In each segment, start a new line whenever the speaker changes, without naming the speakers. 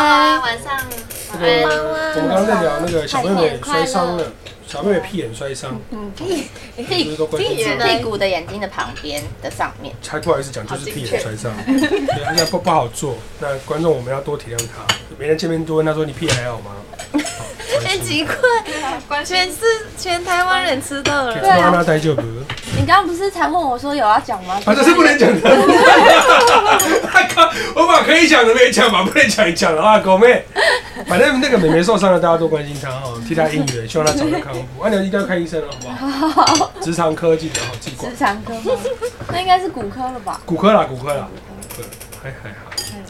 晚上晚安。
这个我们刚刚在聊那个小妹妹摔伤了，小妹妹屁眼摔伤，
嗯
屁
都关键
屁
字
眼屁股的眼睛的旁边的上面，
才不好意思讲，就是屁眼摔伤，对，现在不不好做。那观众我们要多体谅她，每天见面都问她说你屁眼还好吗？好
很
关心
奇怪，全是全台湾人吃到
可以
了，
做到那待就不，
你刚刚不是才问我说有要讲吗？
啊，这是不能讲的。 我把可以讲的没讲，把不能讲也讲了啊，狗妹。反正那个妹妹受伤了，大家多关心她哦，替她应援，希望她早日康复。啊，你一定要看医生了，好不好？直肠科记得好记管
直。肠科 吗？那应该是骨科了吧？
骨科啦，骨科啦，骨科还还好，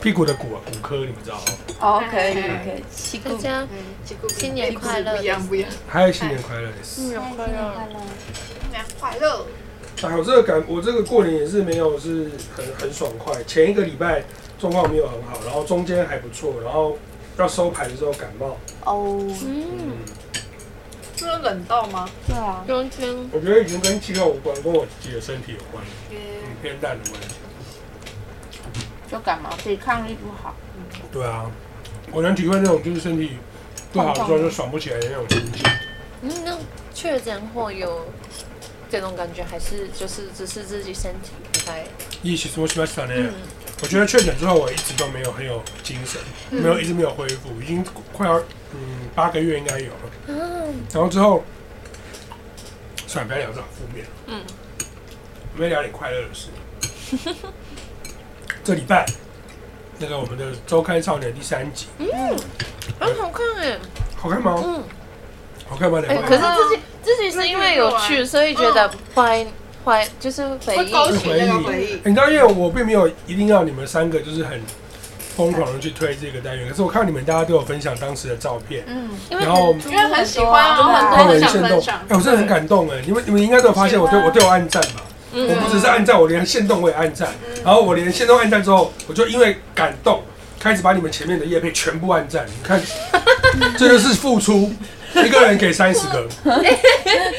屁股的骨啊，骨科你们知道哦。
哦，可以可以，七
大
骨
家新年快乐
不一样不一样，
还有新年快乐
新
是。
年快乐，
新年啊快乐。
哎，我这个感，我这个过年也是没有是很很爽快。前一个礼拜状况没有很好，然后中间还不错，然后要收盘的时候感冒。
哦，
嗯
嗯，，
是有冷到吗？
对啊，
中间
我觉得已经跟气候无关，跟我自己的身体有关，嗯，偏淡的关系。
就感冒，抵抗力不好。
对啊，我能体会那种就是身体不好的时候就爽不起来的那种心情。
嗯，那确诊后有这种感觉，还是就是只是自己身体不太
一起说起来算了
嗯。
我觉得确诊之后，我一直都没有很有精神，
嗯
没有一直没有恢复，已经快要嗯八个月应该有了。
嗯
然后之后，算了，不要聊这种负面，
嗯
我们聊点快乐的 事。这礼拜那个我们的《周刊少年》第三集，
很好看
欸
哎，
好看吗？
嗯
好看吗？
哎
两，
可
位
是
啊
自己自己是因为有去，所以觉得怀怀就是回
会
忆，
勾
是
起那个回忆。
哎你知道，因为我并没有一定要你们三个就是很疯狂的去推这个单元，可是我看你们大家都有分享当时的照片，
嗯，
因为
然后
因为很喜欢，
啊
啊然后很多
看
很
文
想
献动
分，享。
哎，我真的很感动哎！你们你们应该都有发现，我对我对我暗赞吧。我不只是暗赞，我连线动我也暗赞，然后我连线动暗赞之后，我就因为感动，开始把你们前面的叶配全部暗赞。你看，这就是付出，一个人给三十个，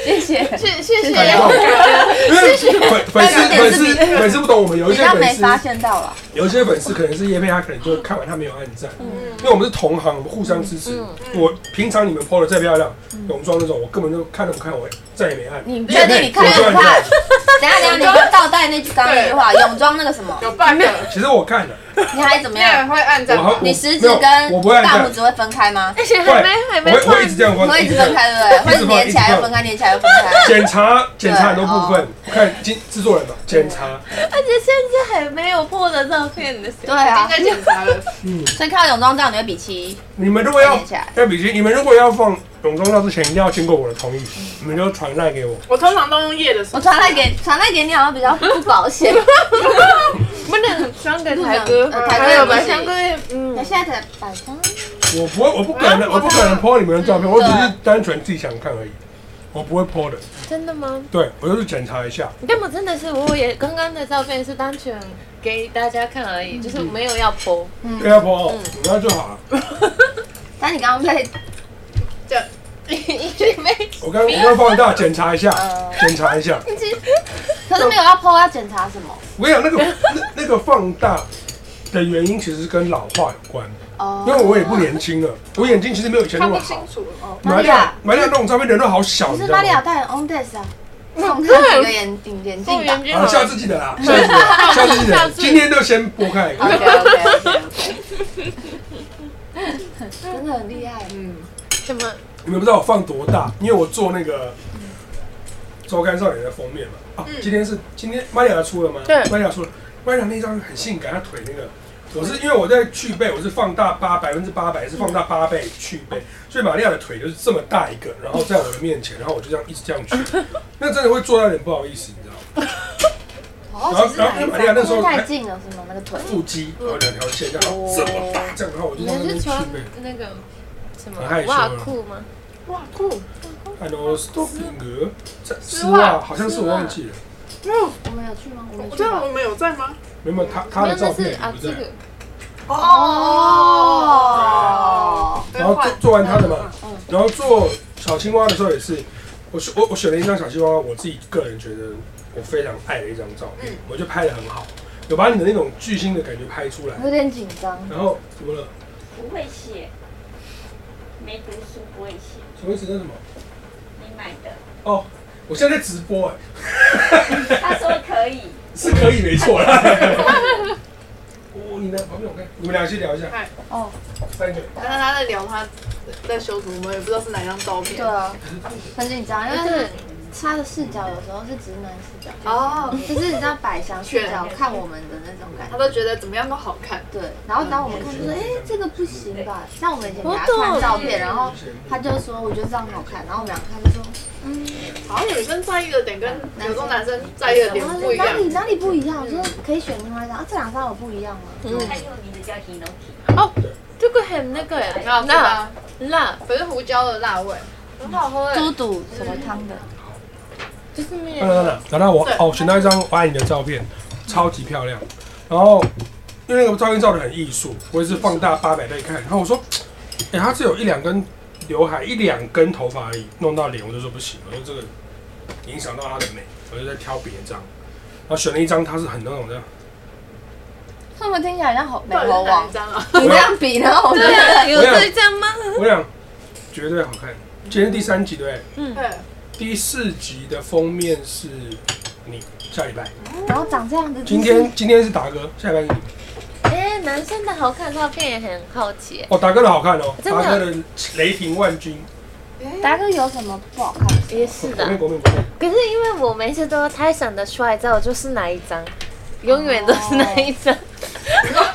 谢谢。
谢谢谢，
感动。因为粉粉丝粉丝粉丝不懂我们，有一
比
些
较
粉
没
丝
发现到啊了，
有一些粉丝可能是叶配，他可能就看完他没有暗赞，
嗯
因为我们是同行，我们互相支持。我平常你们 PO 的再漂亮，泳装那种，我根本就看都不看，我再也没按。
你确定你看
叶配我
不
就按
看？ 等一下等一下，你就倒带那句刚刚那句话，泳装那个什么，
有 bug，
其实我看了，
你还怎么
你
样？
也会按
我还
赞。
我
你食指跟
没有我不会按
大
赞
拇，指会分开吗？
而且
会
还没还
我
没
会我会一直
换，
这样
你
换，
会一直分开对不对？
一直
会
放
连起来又分开，连起来又分开。
检查检查很多部分
对，
我看今制作人嘛，检查，
而且现在还没有破的照片的时候
对
已经
啊，
在检查了，
嗯，
所以看到泳装照你会比七，
你们如果要
连起来
要比基，你们如果要放泳装照之前，一定要经过我的同意，
嗯
你们就传赖给我。
我通常都用夜的时
我
候，
传来给传来给你好像比较不保险。
不能传给台哥，
呃台哥
还有
也
白
不行
香哥也，嗯
那，现在才百张，
我不会，我不可
啊
能，我不可能 po 你们的照片，我只是单纯自己想看而已，我不会 po 的。
真的吗？
对，我就是检查一下。
但我真的是，我也刚刚的照片是单纯给大家看而
嗯
已，就是没有要 剖。
嗯
对啊，朋友，那就好了。啊
但你刚刚在
我刚我刚放大检查一下，
嗯
检查一下。
可是没有要 PO 要检查什么？
我跟你讲，那个 那那个放大的原因其实跟老化有关，因为
哦，
我也不年轻了，我眼睛其实没有以前那
看
么
不
好
清。楚。哦，
玛利亚，玛利亚那种照片人都好小，
不
你
是
知
玛
道
利亚
吗？
戴 on this 啊，送他几个眼顶眼
动物
镜吧
园。君
啊，
好
下
像
次记得啦，下次记得，下次记
下
得，
次
今天就先拨开一个。
OK OK OK，真的很厉害。
嗯，
什么？
你们不知道我放多大，因为我做那个周刊少年的封面嘛。啊，今天是今天玛利亚出了吗？
对
玛利亚出了。玛利亚那张很性感，她腿那个，我是因为我在去背，我是放大八百分之八百，是放大八倍去背，所以玛利亚的腿就是这么大一个，然后在我的面前，然后我就这样一直这样去，那真的会做到有点不好意思，你知道吗？
哦，
然后
其实哪
然
一
后玛利亚那时候
张太近了是吗？那个腿。
腹肌，然后两条线，然后这么大，这样，然后我就
你
在那边
是
去
穿
背。
那个什么
很害羞
袜
啊
裤吗？
哇酷，
还有 stopping 丝袜，好像是我忘记了。
我们有去吗？我们有
我
去
知
吗
道我们有在吗？
没有他他
没有，
的
那
照
是
片
啊
也不
这
在
个。
哦，
然后做做完他的嘛，
嗯
然后做小青蛙的时候也是，我选我我选了一张小青蛙，我自己个人觉得我非常爱的一张照
嗯
片，我
嗯
就拍的很好，有把你的那种巨星的感觉拍出来。
有点紧张。
然后怎么了？
不会写，没读书不会写，
什么意思？那是什么？
你买的。
哦，我现在在直播哎、
他说可以，
是可以没错啦。
嗯
哦，你来旁边我看，你们俩去聊一下。
嗨
哦，
三个，
刚刚他在聊他在修图，我们也不知道是哪张照片。
对啊，很紧张，因为
是
他的视角有时候是直男视角，
哦，
就是你知道百祥视角看我们的那种感
他
觉。
都觉得怎么样都好看。
对，然后当我们看就是，哎、这个不行吧？像我们以前给他
我
看
懂
照片，
哦
然后他就说，我觉得这样好看，然后我们俩看就说，
好像女生在意的点跟有时候男生在意的点不一
哪
样。
里哪里不一样？我说可以选另外一张，啊，这两张有不一样吗？
嗯
他，用你的叫 Hino T，
哦，这个很那个耶，
然后对吧？
辣，
反正胡椒的辣味很好喝哎。
猪肚什么汤的？
就是面
当然了，然后我
对
哦选到一张我爱你的照片，超级漂亮。然后因为那个照片照的很艺术，我也是放大八百倍看。然后我说，哎、他只有一两根刘海，一两根头发而已，弄到脸我就说不行，我说这个影响到她的美，我就在挑别张。然后选了一张，他是很那种的，
他们听起来像猴美
到底
猴
是哪
王
一，张啊？
你这样比，然后我觉
对
得
啊，有对这样吗？
我想绝对好看。今天第三集对不对？
对，
第四集的封面是你，下礼拜。
然后长这样子，
今天今天是达哥，下礼拜是你。
哎，男生的好看照片也很好奇耶，
哦，达哥的好看哦，
真的
达哥的雷霆万钧，哦
达哥有什么不好看？
也是
国
的
面。国面国面，
可是因为我每次都他长得帅，照就是哪一张，永远都是哪一张。哦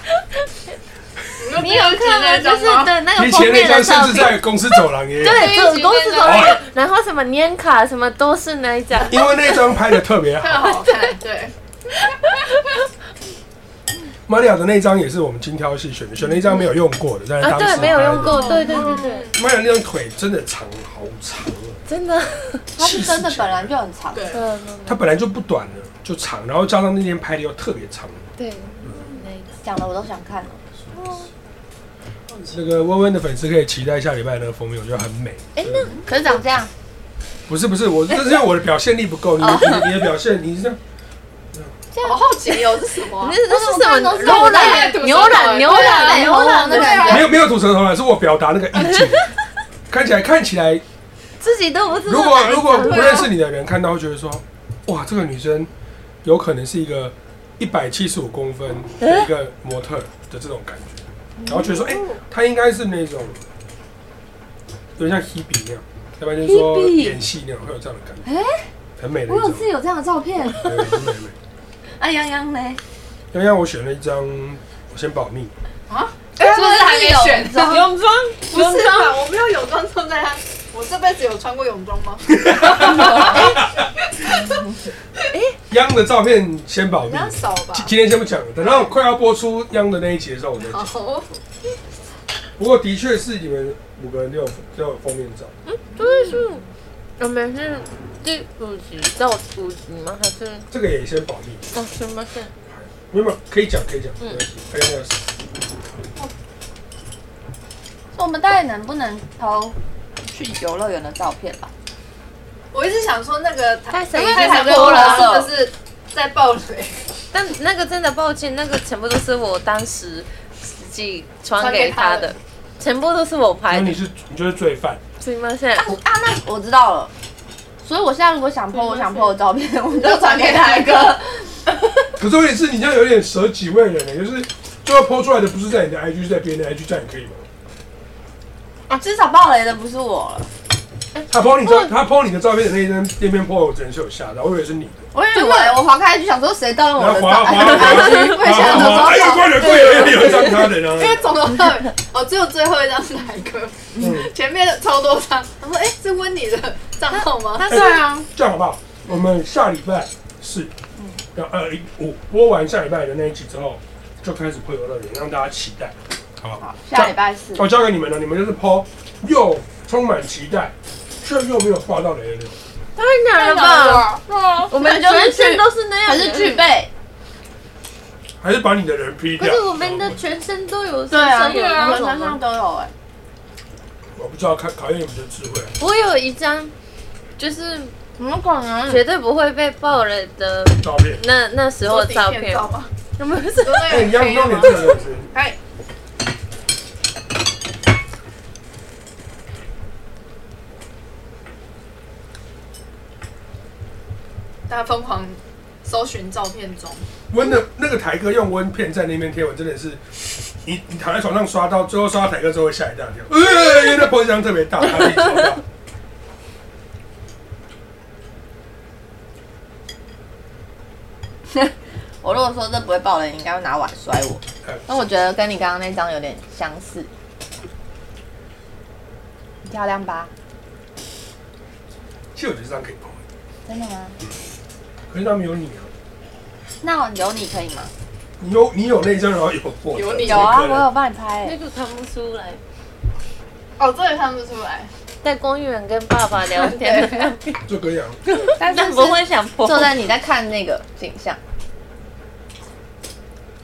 你有 看吗？就是对那
以前
个封
那
面的
张甚
照
至
片，
在公司走廊也有，
对，
有
就都是同
哦
一个，然后什么年卡什么都是那一张。
因为那张拍的特别 好。
看好看，对，
玛利亚的那张也是我们精挑细选的，选了一张没有用过的，但是
啊，
当时
对，
拍的
没有用。过，对对对对，
玛利亚那张腿真的长好长啊，
真的，
他是真的
气死
本来就很长，
对
嗯，
她本来就不短了，就长，然后加上那天拍的又特别长。
对，那一张
讲的我都想看了。
那个温温的粉丝可以期待下礼拜那个封面，我觉得很美。
哎，那
可是长这样，
不是不是，我这是因为我的表现力不够，你你的你的表现你是这样
好好奇哦，这是什么啊
那？那是什么？
我
牛
在
奶
吐槽，
牛奶，牛奶，
对啊
牛奶的
对
感觉，
没有没有吐舌头了，是我表达那个意 境。看起来看起来
自己都不知道
如果
嗯
哪一张。
如果不认识你的人看到，会觉得说，哇，这个女生有可能是一个一百七十五公分
嗯
的一个模特的这种感觉，然后觉得说，哎、
嗯
她应该是那种有点像 Hebe 那样，要不然就是说
Hebe
演戏那种会有这样的感觉，
哎
很美的
我
一
有
张，
自己有这样的照片。
对很美很美。
啊，洋洋呢？
刚刚我选了一张，我先保密，
哎是不是还没选？
是不是有
泳装？不是吧？我没有泳装穿在他，我这辈子有穿过泳装 吗？
央的照片先保
比
密，
较少吧。
今今天先不讲了，等到快要播出央的那一集的时候，我再讲。
好，
不过的确是你们五个人都有都有封面照。
就是呃我们是第五集到五集吗？还是
这个也先保密，
哦什么是？
没有没有可以讲可以讲，
嗯
没关系还有没有
我们到底能不能偷去游乐园的照片吧？
我一直想说那个台，
太神
因
经
为台
了
播了，是不是在爆雷？
但那个真的抱歉，那个全部都是我当时实际传给他
传给他
的
的，
全部都是我拍
那
的
你。是你就是罪犯，
什么现
啊那我知道了。所以我现在如果想 po 我想 po 的照片，我就传给他一个。
可是问题是你这样有点舍己为人了，就是最后抛出来的不是在你的 IG，是在别人的 IG，这样也可以吗？
啊，至少爆雷的不是我了，
他抛你照，他抛你的照片的那一张那边抛，我真的是有吓到，我以为是你的，
我以为我划开就想说谁盗用
然
哦我
后滑
的
滑
照
滑滑
片，
滑滑，哎呀，快点快点，有一张他的，然后
因为从头到尾，哦，只有最后一张是哪一个？
嗯，
前面的超多张。他说：“哎，是温妮的账号吗？”
他对啊，
这样好不好？我们下礼拜四，然后呃五播完下礼拜的那一集之后，就开始破游乐园，让大家期待，好不好？
下礼拜四
我交给你们了，你们就是抛又充满期待，却又没有画到雷的那种。
太难了吧？我们全身都是那样
还
的，
是具备。
还是把你的人 P
可
掉。
是我们的全身都有
对啊，
身上有
我
那
们
种
身上
吗。
都有哎、
我不知道，看考验你们的智慧。
我有一张，就是
怎么可能？
绝对不会被爆了的
照片，
那那时候的照
底
片
片，照吗？
我们是
都那
哎，
个
你要弄点这个是不是？
哎，大家疯狂搜寻照片中，
温的那个台哥用温片在那边贴文，真的是你你躺在床上刷到最后刷到台哥之后会吓一大 跳，呃，因为那破箱特别大，他自己抽到。
我如果说这不会爆雷，你应该会拿碗摔我。
哎
那我觉得跟你刚刚那张有点相似，漂亮吧？
其实我觉得这张可以碰，
真的吗？
可是他没有你啊，
那我有你可以吗？
你有你有那张，然后有破，
有你
有啊，
可能
我有帮你拍、
那个看不出 来。
哦，这也看不出来。。
在公园跟爸爸聊天的样子，
就可以啊。
但是
但
是
不会想破。
坐在你在看那个景象，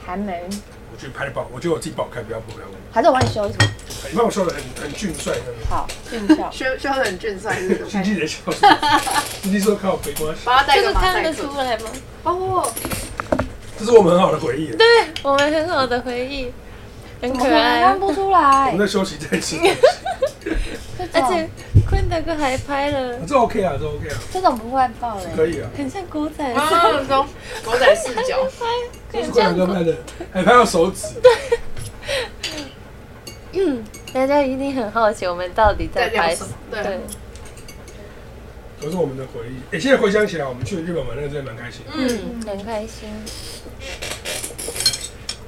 还没，
我觉得拍的不好，我觉得我自己不好看，不要破烂。
还是我帮你修一图。
你帮我说的很很俊帅的 那
好，俊俏
修修得很俊帅，是不
个，
是
经纪人笑死，经纪说看我没关系，
把他带
这
个
个
马
看
赛
得
克
出。来吗？
哦，
这是我们很好的回忆。
对我们很好的回忆，很
怎么
可
可能
爱
看。不出
我
来
们？在休息在吃，
这
而
种
且坤大哥还拍了，
这 OK 啊，这 OK 啊，
这种不会爆雷。
可以啊。
很像狗仔
然
照，
后说狗仔视角，
很
是
像
过两个
狗
拍的，还拍到哎手指。
嗯，大家一定很好奇我们到底
在
在
聊
拍
什
什
么
么？？
对，
都是我们的回忆。哎、现在回想起来，我们去日本玩那个真的蛮开心的。
嗯，很开心。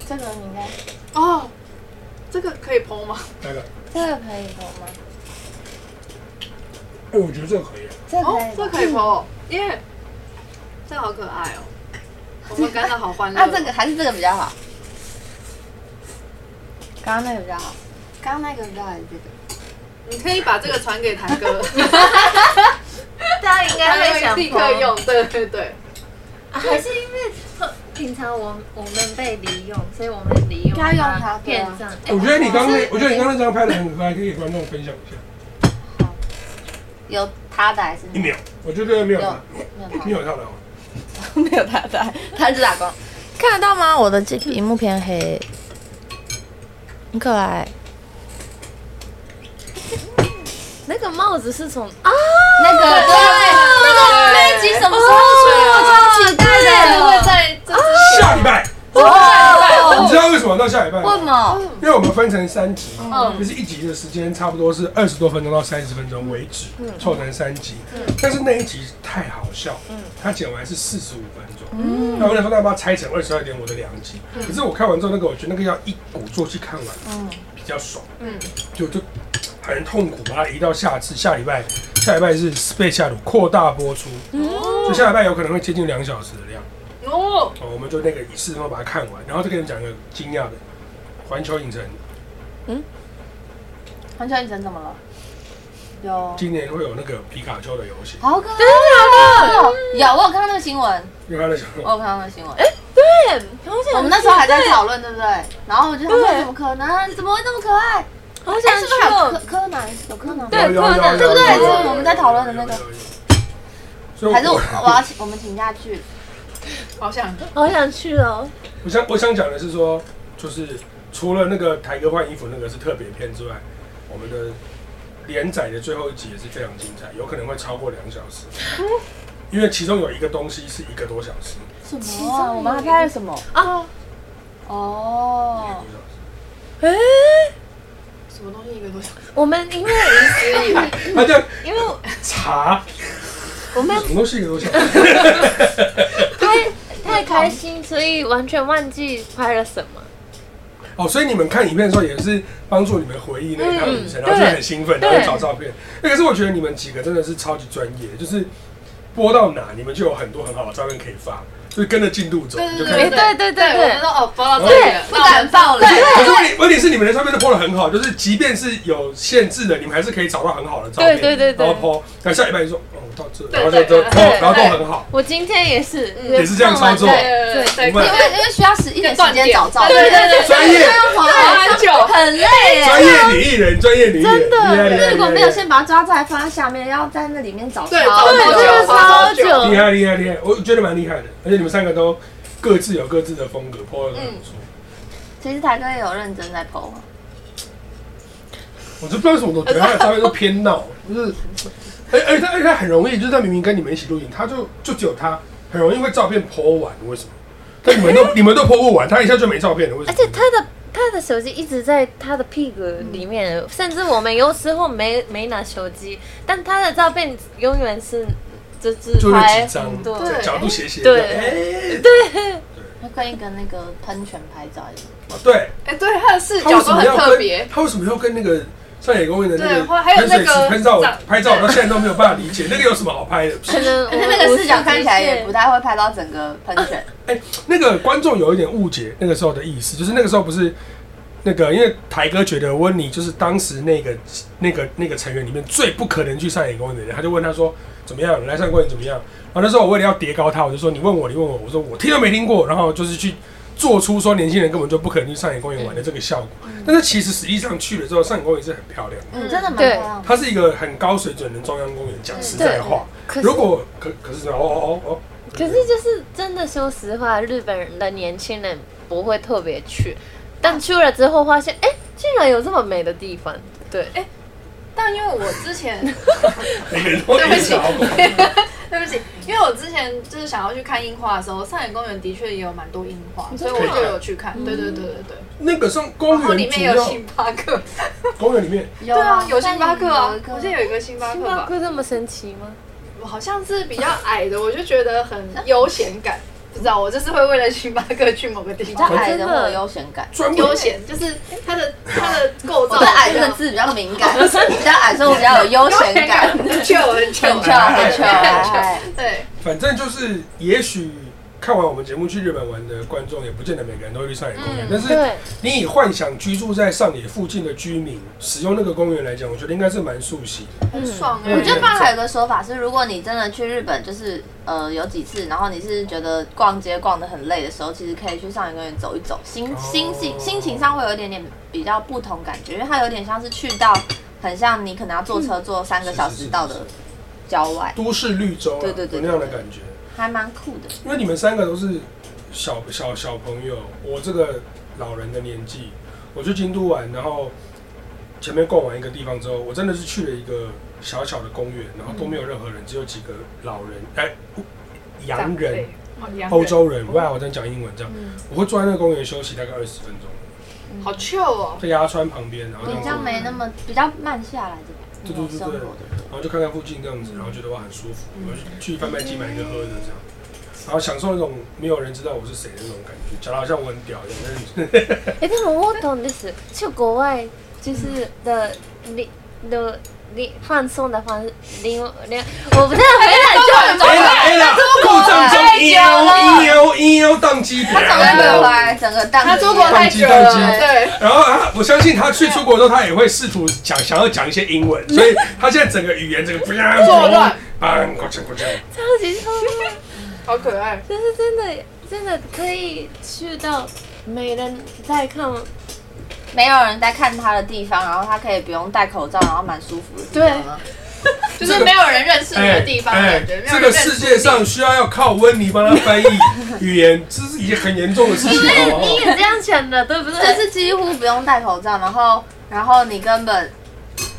这个你应该，
哦，这个可以剖吗？
那个，
这个可以投吗？
哎、我觉得这个可以、啊。
这个可
哦
以，
这
吗。
可以剖，耶！这好可爱哦，我们干的好欢乐。
那这个还是这个比较好。刚刚那个比较好。
刚刚那个比较还是这个？你可以把这个传给台哥，
大家应
他
该会想
立刻用。对对对，
啊还是因为呃平常我我们被利用，所以我们利用
该用它对
骗
啊
上。
哎我觉得你刚刚那，
哎可是
我觉得你刚刚那张拍的很可爱，可以给观众分享一下。
有他的还是
一秒，我觉得没有他，
嗯没有他
你有他的哦。
的？没有他的，他是打光。看得到吗？我的这屏幕偏黑，很可爱。
那个帽子是从啊，
那个对，那个那一集什么时候出？我超期待的。
会在这
下礼拜，你
哦，
知道为什么到下礼拜
为什
吗？
么？
因为我们分成三集嘛，
嗯
就是一集的时间差不多是二十多分钟到三十分钟为止，
嗯
凑成三集。但是那一集太好笑，
嗯
他剪完是四十五分钟，那我想说，那把它拆成二十二点五的两集。
嗯
可是我看完之后，那个我觉得那个要一鼓作气看完，比较爽。
嗯
就就很痛苦，把它移到下次下礼拜，下礼拜是 Space 下鲁扩大播出，
哦
就下礼拜有可能会接近两小时的量。
哦，
哦，我们就那个一次然后把它看完，然后再跟你们讲一个惊讶的，环球影城
环球影城怎么了？有，
今年会有那个皮卡丘的游戏，
好可爱哦！有，我有看到那个新闻，
因为它的小
我有看到那个新闻。
对，好想哎
我们那时候还在讨论，对不对？然后我就想说，怎么可能？怎么会那么可爱？
好
哎
想
是不是还有
去
柯
哦。
柯南？有柯南吗？
对
有有
柯南
有
对不
对
有有有
就是我们在讨论的那个
有有有所以
还是我
我
我要请我们请假去？
好想
好想去哦！
我想我想讲的是说，就是除了那个台哥换衣服那个是特别篇之外，我们的连载的最后一集也是非常精彩，有可能会超过两小时，
嗯
因为其中有一个东西是一个多小时，
什么
中有一个
我们还拍了什么？
啊，
一个
哦
多，小时，
哎，
什么东西一个多小时，
我们因为
他啊这样
因为
查
我们
什么东西一个多小时，
太太开心，所以完全忘记拍了什么。
哦，所以你们看影片的时候也是帮助你们回忆那一趟旅程，
嗯
然后就
对
很兴奋，然后去找照片。那可是我觉得你们几个真的是超级专业，就是播到哪你们就有很多很好的照片可以发，就是跟着进度走，你就可以
对对对
对，我们
对
都哦播到这里
对
了，
不敢爆雷。
可是问题问题是你们的照片都 PO 的很好，就是即便是有限制的，你们还是可以找到很好的照片，
对对对对
然后 PO，那下礼拜就说哦到这，
对
然后就就
对对
PO，
对
然后都很好，
我今天也是
也是这样操作
弄完再
对对
你们
对，
因为因为需要时一点时间找照片，
对对对
专业
这样
很久，
很累
专
耶。
业女艺人，专业女艺人，
真的
厉害厉害厉害
如果没有先把它抓在放在下面，要在那里面找
对
超
找
对，
很久
真的超
厉
久。
害厉害厉害，我觉得蛮厉害的，而且你们三个都各自有各自的风格，PO
嗯
的很不错。
其实台哥也有认真在投，
我就不知道为什么我觉得他的照片都偏闹，就是而而且他而且他很容易，就是他明明跟你们一起录影，他就就只有他很容易会照片 po 完，为什么？但你们 都你们都 po 不完，他一下就没照片了，为什
而
么？
且他的他的手机一直在他的屁股里面，甚至我们有时候没没拿手机，但他的照片永远是这只
就那
拍
几张
很多，
对
角度斜斜的，
对
哎
他跟一个那个喷泉拍照一样，
哦对，
哎，对，他的视
他为
角
什
都
么
很
要
特
跟
别，
他为什么要跟那个上野公园的那
对
个
或还有
喷
那
水池
个
拍照
长
拍照，我到现在都没有办法理解，那个有什么好拍的？
可能 我
而且那个视角看起来也不太会拍到整个喷泉。
哎、那个观众有一点误解那个时候的意思，就是那个时候不是那个，因为台哥觉得温妮就是当时那个那个那个成员里面最不可能去上演公演的人，他就问他说怎么样，来上公演怎么样？然后那时候我为了要叠高他，我就说你问我，你问我，我说我听都没听过，然后就是去。做出说年轻人根本就不可能去上野公园玩的这个效果，但是其实实际上去了之后，上野公园是很漂亮的，
嗯，真的蛮漂
对
亮的。
它是一个很高水准的中央公园。讲实在话，
可是
如果可可是哦哦哦哦，
可是就是真的，说实话，日本人的年轻人不会特别去，但去了之后发现，哎、竟然有这么美的地方。对，
但因为我之前
每个人都
对不
一
起
直好恐
对不起，因为我之前就是想要去看樱花的时候，上野公园的确也有蛮多樱花，所以我就有去看。对对对对对，
那个上
然
公
后
园
里
主
面有
要
星巴克，
公园里面，
有
对啊，有星巴克啊，我
但有
记
一
得
个
有一个星巴克
星巴
吧，
克这么神奇吗？
我好像是比较矮的，我就觉得很悠闲感， 不知道我就是会为了星巴克去某个地
比较
方。
矮的会有悠闲感。
专门
悠闲就是它的它的构造
我对矮这个字比较敏感，比较矮，所以我比较有悠闲 感，
很 chill 很 chill
很 chill 很 chill，哎
对，
反正就是也许看完我们节目去日本玩的观众，也不见得每个人都会去上野公园
嗯，
但是
对，
你以幻想居住在上野附近的居民使用那个公园来讲，我觉得应该是蛮熟悉的。
很爽哎、
我觉得
蛮
刚才有个说法是，如果你真的去日本，就是呃有几次，然后你是觉得逛街逛得很累的时候，其实可以去上野公园走一走，心
哦
心心心情上会有一点点比较不同感觉，因为它有点像是去到很像你可能要坐车坐三个小时到的郊外，
都市绿洲、啊，
对对对
有那样的感觉。
还蛮酷的。
因为你们三个都是小小小朋友，我这个老人的年纪，我去京都玩，然后前面逛完一个地方之后，我真的是去了一个小小的公园，然后都没有任何人，只有几个老人，哎、洋人、
长哦辈，
欧
欧
洲人，哇，我在讲英文这样，我会坐在那个公园休息大概二十分钟，
好 chill 哦，
在鸭川旁边，然后这
比
样
较
逛，
没那么比较慢下来的那
对对
种
对
生活
对
的。
然后就看看附近这样子，然后觉得哇很舒服，我就去贩卖机买一个喝的这样。然后享受那种没有人知道我是谁的那种感觉，讲得好像我很屌一样，但是
哎、でも我懂です。去国外就是的，你的你放松的方式，另另我不知道回来就
哎啦哎啦，故障中一幺一幺一幺宕机点。
整个来整个荡，
他出国太久
当
了，
机当机
对，
然后他，我相信他去出国之后，他也会试图讲想要讲一些英文，所以他现在整个语言整个不呀，
错乱，
啊，过去过去。
超级痛啊！
好可爱，
就是真的真的可以去到没人在看，
没有人在看他的地方，然后他可以不用戴口罩，然后蛮舒服的。
对
就是没有人认识你的地方的感觉，没有
哎这
人
个
认识
世界上需要要靠温妮帮他翻译语言，这是一件很严重的事情，好不好
你？也这样想的，对不对？
就是几乎不用戴口罩，然后然后你根本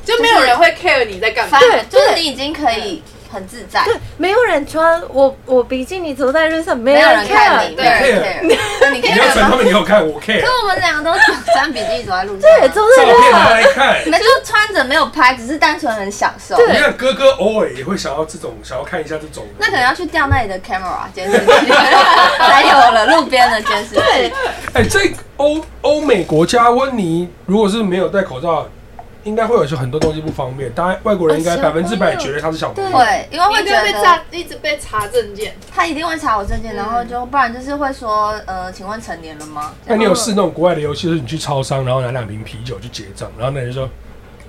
就没有人会 care 你在干嘛
反，
对
就是你已经可以很自在，
对，没有人穿我我比基尼走在路上，没
没有
人
人看
care。
你，
对
没有人 care，那你
你要
care
传 他
吗？
们以后看，我 care
可是。我们两个都穿比基尼走在路上啊，
对，走在
照
路
片拿
上，
来看。
那就穿着没有拍，只是单纯很享受。
你
对
看哥哥偶尔也会想要这种，想要看一下这种的。
那可能要去调那里的 camera 啊监视器，还有了路边的监视器。
哎、这欧欧美国家温妮，如果是没有戴口罩，应该会有些很多东西不方便。当然，外国人应该
啊
百
小
分
朋友
之百觉得他是小朋友。
会，因为
你
会
就
觉
被
得
查，一直被查证件，
他一定会查我证件，然后就不然就是会说，呃，请问成年了吗？
那你有试那种国外的游戏，就是你去超商，然后拿两瓶啤酒去结账，然后那人就说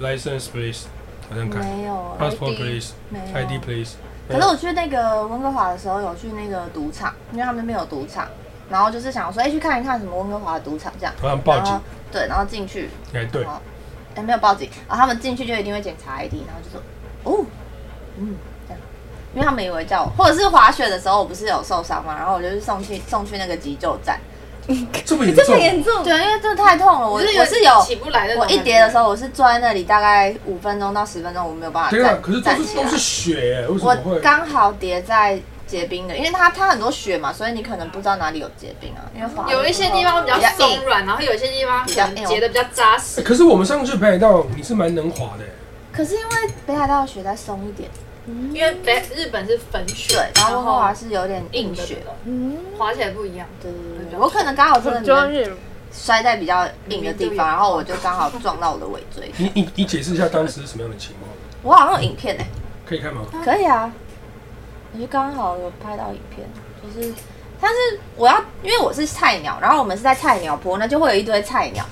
license please，好像看
没有
passport
ID
please
没有
ID please，
可是我去那个温哥华的时候，有去那个赌场，因为他们那边有赌场，然后就是想说，哎、去看一看什么温哥华的赌场这样。
好像报警
然后，对，然后进去，
哎对，
好哎、没有报警，然后他们进去就一定会检查 ID，然后就说，哦，嗯，这样，因为他们以为叫我，或者是滑雪的时候我不是有受伤嘛，然后我就去送去送去那个急救站，
这
哎
么严
这么
重？
严重？
对，因为真的太痛了，我
就是
我是有
起不来的那种
我
感觉。
一叠的时候，我是坐在那里大概五分钟到十分钟，我没有办法
对啊，
站
可是都
站
是
起来
都。是血欸耶，为什么
我
会？
刚好叠在结冰的，因为它它很多雪嘛，所以你可能不知道哪里有结冰啊。因为滑的时候
有一些地方比较松软，然后有一些地方可能结的比较扎
欸
实。
可是我们上次北海道你是蛮能滑的耶，欸
可是因为北海道的雪再松一点，
因为北日本是粉雪
嗯对，，然后温哥华是有点硬
硬的
雪。，嗯
滑起来不一样。
对对对，我可能刚好真的
日
摔在比较硬的地方，然后我就刚好撞到我的尾椎。
你你你解释一下当时是什么样的情况？
我好像有影片哎、
可以看吗？
可以啊，我就刚好有拍到影片，就是，但是我要，因为我是菜鸟，然后我们是在菜鸟坡，那就会有一堆菜鸟，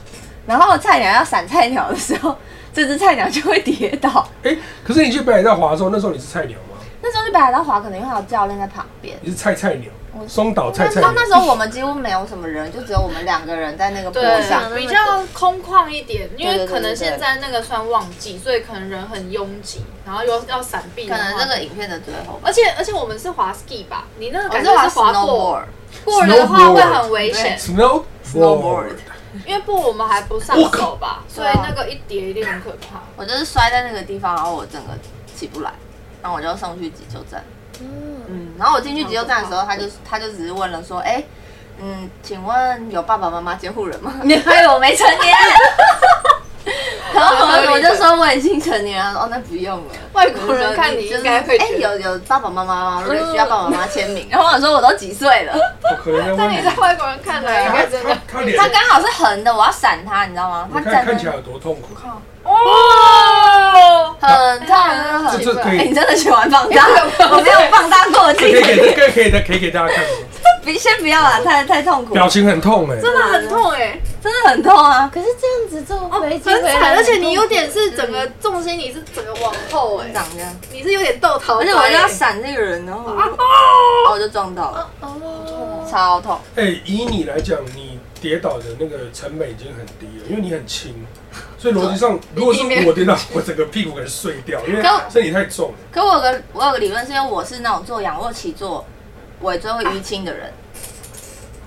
然后菜鸟要闪菜鸟的时候， 这只菜鸟就会跌倒。
哎、可是你去北海道滑的时候，那时候你是菜鸟吗？
那时候就北海道滑，可能因为还有教练在旁边。
你是菜菜鸟
我，
松岛菜菜鸟。
那那时候我们几乎没有什么人，就只有我们两个人在那个坡
对
上。，
比较空旷一点，因
对对对
为
对
可能现在那个算旺季，所以可能人很拥挤，然后又要闪避。
可能这个，影片的最后吧，
而且而且我们是滑 ski 吧？你那个
我
感
是
觉
滑
是滑过
snowboard，
过人的话会很危险，
Snowboard，
Snowboard
因为不我们还不上手吧，所以那个一叠一定很可怕。
我就是摔在那个地方，然后我整个起不来，然后我就送去急救站。嗯，然后我进去急救站的时候，他就他就只是问了说，哎、嗯，请问有爸爸妈妈监护 人吗？你
哎
还以为我没成年？ 然后我我就说我已经成年了，哦，那不用了。
外国人看你应该会
哎、
觉得
有有爸爸妈妈吗？我就需要爸爸妈妈签 名。然后我说我都几岁了，
我哦可能在问
但你在啊外国人看来应该真
他
的
他他脸，
他刚好是横的，我要闪他，你知道吗？
你
他
看
站在
看起
那
来有多痛苦。
哦，
很痛，真的很
这这可
哎、
以
你，真的喜 欢放大？我没有放大过
可以哦给
镜，
可以可以的，可以给大家看。
别先不要啦，太太痛苦，
表情很痛哎，
真的很痛哎。
真的很痛啊！
可是这样子坐飞机
很
回来
惨，啊
很
而且你有点是整个重心，你是整个往后哎、
长这样，
你是有点豆桃
而
花
且
欸，
我就要闪那个人，然
啊
后我就，然后我就撞到了，
哦
超痛。
哎，以你来讲，你跌倒的那个成本已经很低了，因为你很轻，所以逻辑上，如 果是我跌倒， 我整个屁股可能碎掉，因为身体太重了。
可我有个我有个理论是因为我是那种做仰卧起坐尾椎会淤青的人，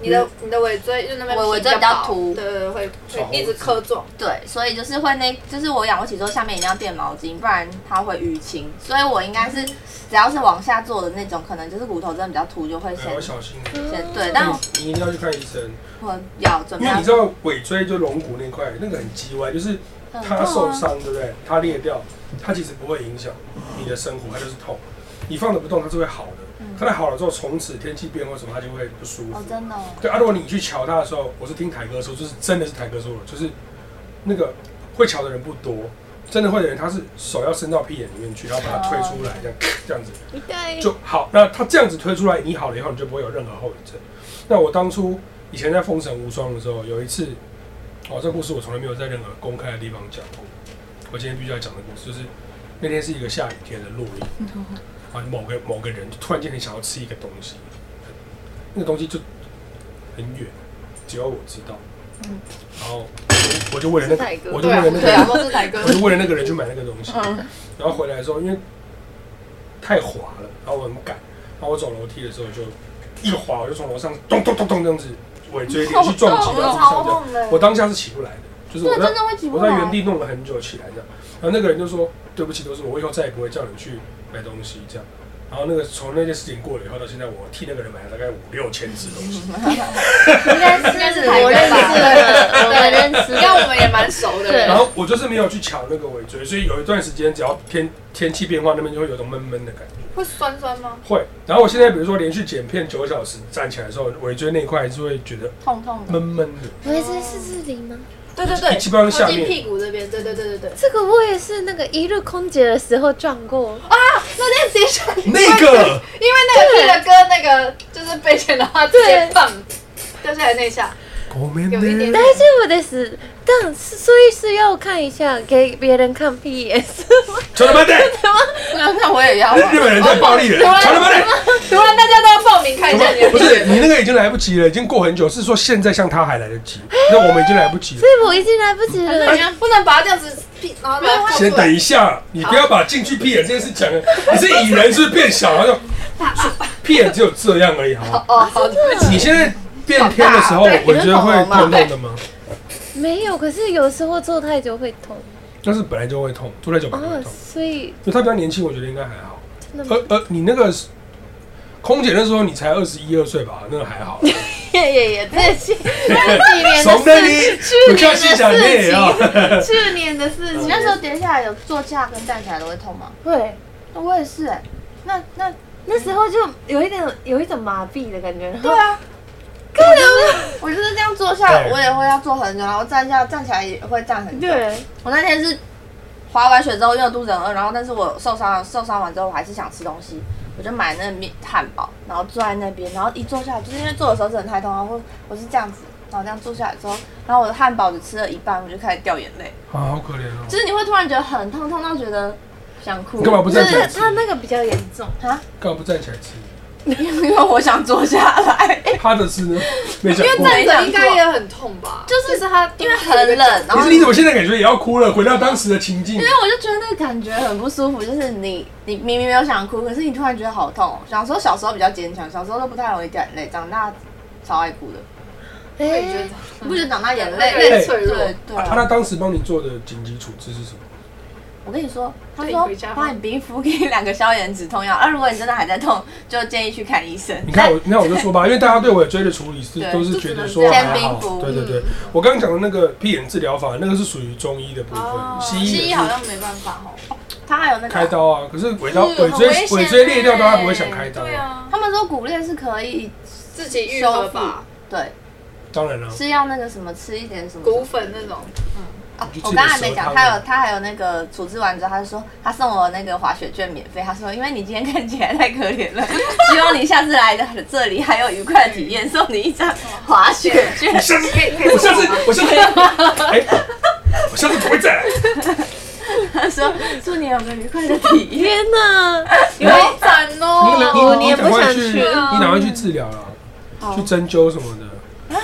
你的你的嗯尾椎就那边
我尾
皮
椎比较凸
对对对，会
小猴
会一直
子
磕撞，
对，所以就是会那，就是我仰卧起坐下面一定要垫毛巾，不然它会淤青。所以我应该是只要是往下坐的那种，可能就是骨头真的比较凸，就会
哎，
先
要小心，
先对。但
你一定要去看医生，
我要准
因
备
为
要
你知道尾椎就龙骨那块，那个很叽歪，就是
啊
它受伤，对不对？它裂掉，它其实不会影响你的生活，它就是痛。你放着不动，它是会好的。它在好了之后，从此天气变或什么，它就会不舒服
嗯哦，。真的、哦，
对啊，如果你去瞧它的时候，我是听台哥说，就是真的是台哥说的，就是那个会瞧的人不多，真的会的人他是手要伸到屁眼里面去，然后把它推出来，这样这样子就好。那他这样子推出来，你好了以后，你就不会有任何后遗症。那我当初以前在《封神无双》的时候，有一次，哦，这故事我从来没有在任何公开的地方讲过。我今天必须要讲的故事就是，那天是一个下雨天的落雨，啊，某个某个人就突然间很想要吃一个东西，那个东西就很远，只有我知道。然后我就为了那
是哪一个
个，我就
对
为
啊
了那
对啊，
个，
都是台哥
我，就为了那个人去买那个东西。
嗯
然后回来的时候，因为太滑了，然后我很赶，然后我走楼梯的时候就一个滑，我就从楼上咚咚咚咚这样子尾椎连续撞击到地上这样。我当下是起不来的，就是我
啊对，
在
真的会起不
我在
来啊
原。地弄了很久起来这样，然后那个人就说对不起，都是我，我以后再也不会叫你去买东西这样。然后那个从那件事情过了以后到现在，我替那个人买了大概五六千只东
嗯
西。
应该是
台湾吧
我认识哦的，我们认识
应该我们也蛮熟的，
对
然后我就是没有去抢那个尾椎，所以有一段时间只要天天气变化，那边就会有种闷闷的感觉。
会酸酸吗？
会。然后我现在比如说连续剪片九个小时，站起来的时候，尾椎那一块还是会觉得
痛痛的，
闷闷的。
我也是四四零吗？
对对对，
基本
靠
上下
近
面
屁股这边，对对对对对，
这个我也是那个一日空姐的时候撞过，
啊那件 T 恤，
那个
因为那个 T 的哥那个就是被剪到他直接放掉下来那一下，有一点
大丈夫です。但是所以是要看一下，给别人看 E PS。
乔他妈的，
那那我也要
日本人太暴力了，
啊
乔他妈的。
突然大家都要报名看一下你的
不
T
是你那个已经来不及了，已经过很久，是说现在像他还来得及，那我们已经来不及 了
所。以我已经来不及了。
恤，不能把它这样子屁，然后把它
先等一下，你不要把进去屁眼这件事讲了，你是蚁人是不是变小了？就屁眼只有这样而已，好吗？
哦，好，对不起，
你现在。变天的时候，
对
我觉得会
你说
痛
恐龙吧
痛的吗？
没有，可是有时候坐太久会痛
但是本来就会痛，坐太久本来就
哦，
会痛。
所以
因为他比较年轻，我觉得应该还好。
真的
呃呃，你那个空姐那时候你才二十一二岁吧？那个还好。
耶耶耶，这是几年的
怂的
事，
你，我看心想你也要。
去年的事
你
情。
那时候跌下来有坐架跟站起来都会痛吗？
会。
那我也是哎、那那
那时候就有一点有一种麻痹的感觉，然后
对啊，可能我就是这样坐下，
对
我也会要坐很久，然后站下站起来也会站很久。
对，
我那天是滑完雪之后又肚子很饿，然后但是我受伤了，受伤完之后我还是想吃东西，我就买那个面汉堡，然后坐在那边，然后一坐下来，就是因为坐的时候真的太痛，然后我是这样子，然后这样坐下来之后，然后我的汉堡只吃了一半，我就开始掉眼泪，
啊，好可怜哦。
就是你会突然觉得很痛，痛到觉得想哭。
你干嘛不
就
站
是
起来
那
吃？
他那个比较严重，
啊？
干嘛不站起来吃？
因为我想坐下来，
他的事呢？没想过。
站着应该也很痛吧？就是他
因为很冷，然
可
后
是你怎么现在感觉也要哭了？回到当时的情境
因，为我就觉得那个感觉很不舒服，就是你你明明没有想哭，可是你突然觉得好痛哦。小时候小时候比较坚强，小时候都不太容易掉眼泪，长大超爱哭的。
我也觉
哎
得，
你不觉得长大眼
对
泪
对脆弱
对对
啊
啊
他当时帮你做的紧急处置是什么？
我跟你说，他
对
说
回家吗
帮你冰敷，给你两个消炎止痛药。啊，如果你真的还在痛，就建议去看医生。
你 看我，你看我就说吧，因为大家对我的追的处理是
对
都是觉得说
就只
还
能煎冰
好，
敷
对对对。我刚刚讲的那个闭眼治疗法，那个是属于中医的部
哦
分，医
西医
也
好
是
像没办法哦，
他还有那个
开刀啊，可是尾刀
嗯
尾
很
椎
危险
尾椎裂掉的话
欸
不会想开刀
对，啊，
他们说骨裂是可以，
自己愈合吧，
对，
当然了，
是要那个什么吃一点什么
骨粉那种，
啊
你就
我
记得
刚才没
蛇
讲，
汤
他
吗
有他还有那个处置完之后，他就说他送我那个滑雪券免费，他说因为你今天看起来太可怜了，希望你下次来的这里还有愉快的体验，送你一张滑雪券
我。下次 我下次我下 次，哎，我下次不会再来。
他 说祝你有个愉快的体验。
天哪，
好惨哦，
你你赶快去，
去啊
嗯
你赶快去治疗了，去针灸什么的。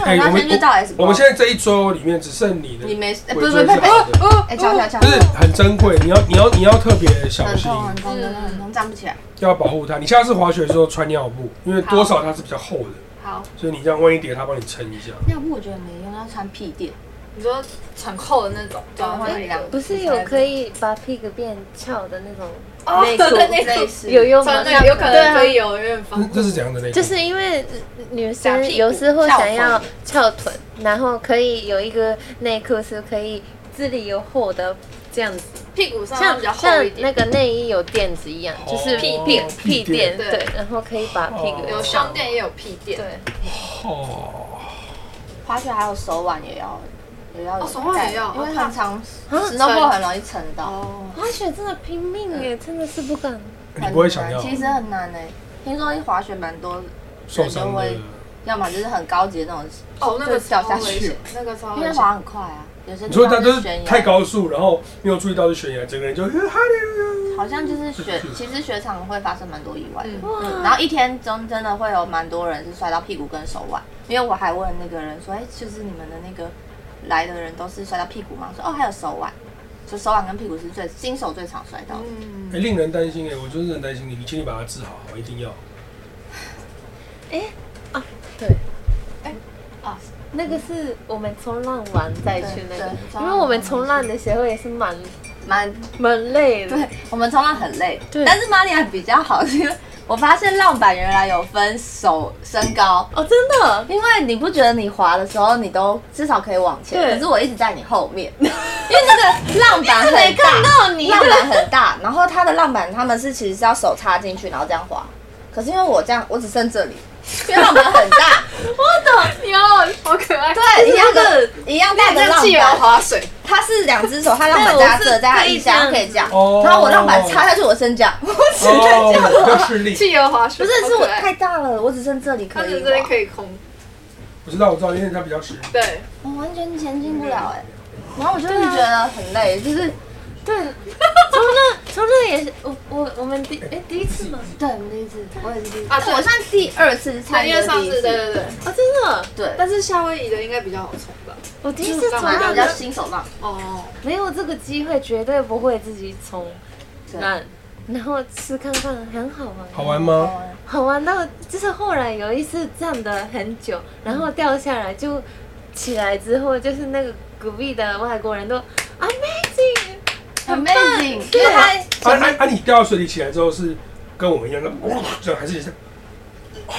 哎
哦啊那
我们
先去照 S
我们现在这一周里面只剩你的，
你没事，哎不
我
是
觉
不是
得
不是
是好的
不是，哎敲敲敲
就，是很珍贵，你要你要你要特别小
很
心，
痛很痛很痛很痛，站不起来。
要保护它。你下次滑雪的时候穿尿布，因为多少它是比较厚的，
好，
所以你这样万一跌它，帮你撑一下。
尿布我觉得没用，要穿屁垫。
你说产后的那种，啊
对换了一两
不是有可以把屁股变翘的那种
哦
内裤，
对内裤
似
有用吗
穿？那个有可
对
能
啊
可以有孕房
这，这是怎样的内裤？
就是因为女
假
生
屁股
有时候想
翘
要
臀
翘臀，然后可以有一个内裤是可以自己有厚的这样子，
屁股上
像
比较厚一
像那
点，
个内衣有垫子一样，
哦
就是
屁
屁
垫
屁垫
对哦
对，然后可以把屁股
有胸垫也有屁垫，
对，
哦，
滑雪还有手腕也要，也要
哦手腕也要
因为很长，
啊
石头
撑
很容易撑到。
哦，
滑雪真的拼命耶，真的是不敢。
你不会想要
其实很难诶、听说一滑雪蛮多，
受伤的
人就会。要么就是很高级的那种，
哦那个
就掉
超
下
危
去
险，，那个超
因为
危险，
滑很快啊，有些
你
地
说
方
它就是
悬崖，
太，高速，然后没有注意到是悬崖，整个人就 哈
好像就是雪，
嗯
其实雪场会发生蛮多意外的。
嗯
嗯然后一天中真的会有蛮多人是摔到屁股跟手腕，因为我还问那个人说，哎、就是你们的那个来的人都是摔到屁股吗？说哦，还有手腕，就手腕跟屁股是最新手最常摔到的。
嗯，
哎，令人担心哎，我真的很担心你，你请你把它治好，好一定要。
对，
哎啊，
那个是我们冲浪完再去那个
对，对
因为我们冲浪的时候也是蛮
蛮
蛮累的。
对，我们冲浪很累，
对
但是玛利亚比较好，是因为我发现浪板原来有分手身高，
哦，真的，
因为你不觉得你滑的时候你都至少可以往前，
对
可是我一直在你后 面，因为那个浪板很大，看到你浪板很大，然后它的浪板他们是其实是要手插进去然后这样滑，可是因为我这样我只剩这里，因为浪板很大，
哟，好可爱，
对，一样的一样大的
那
浪
气流
板，
滑水，
它是两只手，它浪板在它这，在它一下它可以这样，
哦
然后我浪板插下去我升降，我只能这样。
哦，要吃力。
气流滑水，
不是，是
好
我
可爱
太大了，我只剩这里
他
可以
们
玩。
这边可以空，
我知道，我知道，因为它比较实力。
对，
我完全前进不了哎、然后我就是觉得很累，就是
对，冲浪冲浪也是我我我们第哎第一次吗？
对我第一次，我也是第一次，
啊对
我算第二次参与
因为上
第一
次对
次，
对对，
哦，真的，
对，
但是夏威夷的应该比较好冲吧？
我第一次冲
反正
浪
比较新手嘛，
哦，
没有这个机会，绝对不会自己冲
对
浪。然后吃看看，很好玩，
好玩吗？
好玩到就是后来有一次站的很久，然后掉下来就起来之后，就是那个隔壁的外国人都 amazing，
很 amazing，
对，
啊啊啊！你掉到水里起来之后是跟我们一样的，哇这样还是也是，哇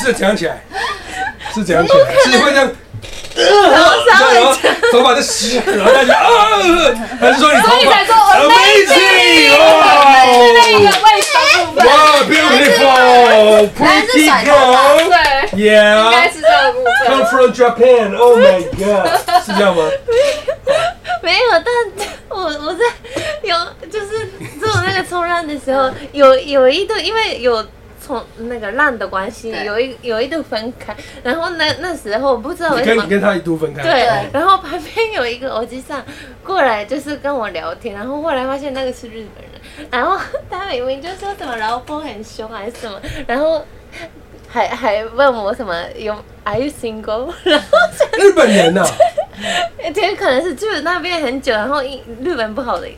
是是怎样起来？是怎样起来？是会这样。然后头发就湿，然后大家啊，还是说你头发 amazing
那
哦，
个卫生部分，
哇，beautiful
男是
pretty
甩头发
girl，
对，应该
yeah，
是这个部
come
分。
from Japan，oh my god，是这样吗？
没有，但我我在有就是做那个冲浪的时候，有有一度因为有从那个浪的关系，
对
有一有一度分开，然后那那时候我不知道为
你
什
跟
么
你。跟他一度分开，
对
哦，
然后旁边有一个欧吉桑过来，就是跟我聊天，然后后来发现那个是日本人，然后他明明就说什么老公很凶还是什么，然后还还问我什么有 Are you single？然 后
日本人啊呐，
就这可能是住那边很久，然后英日本不好的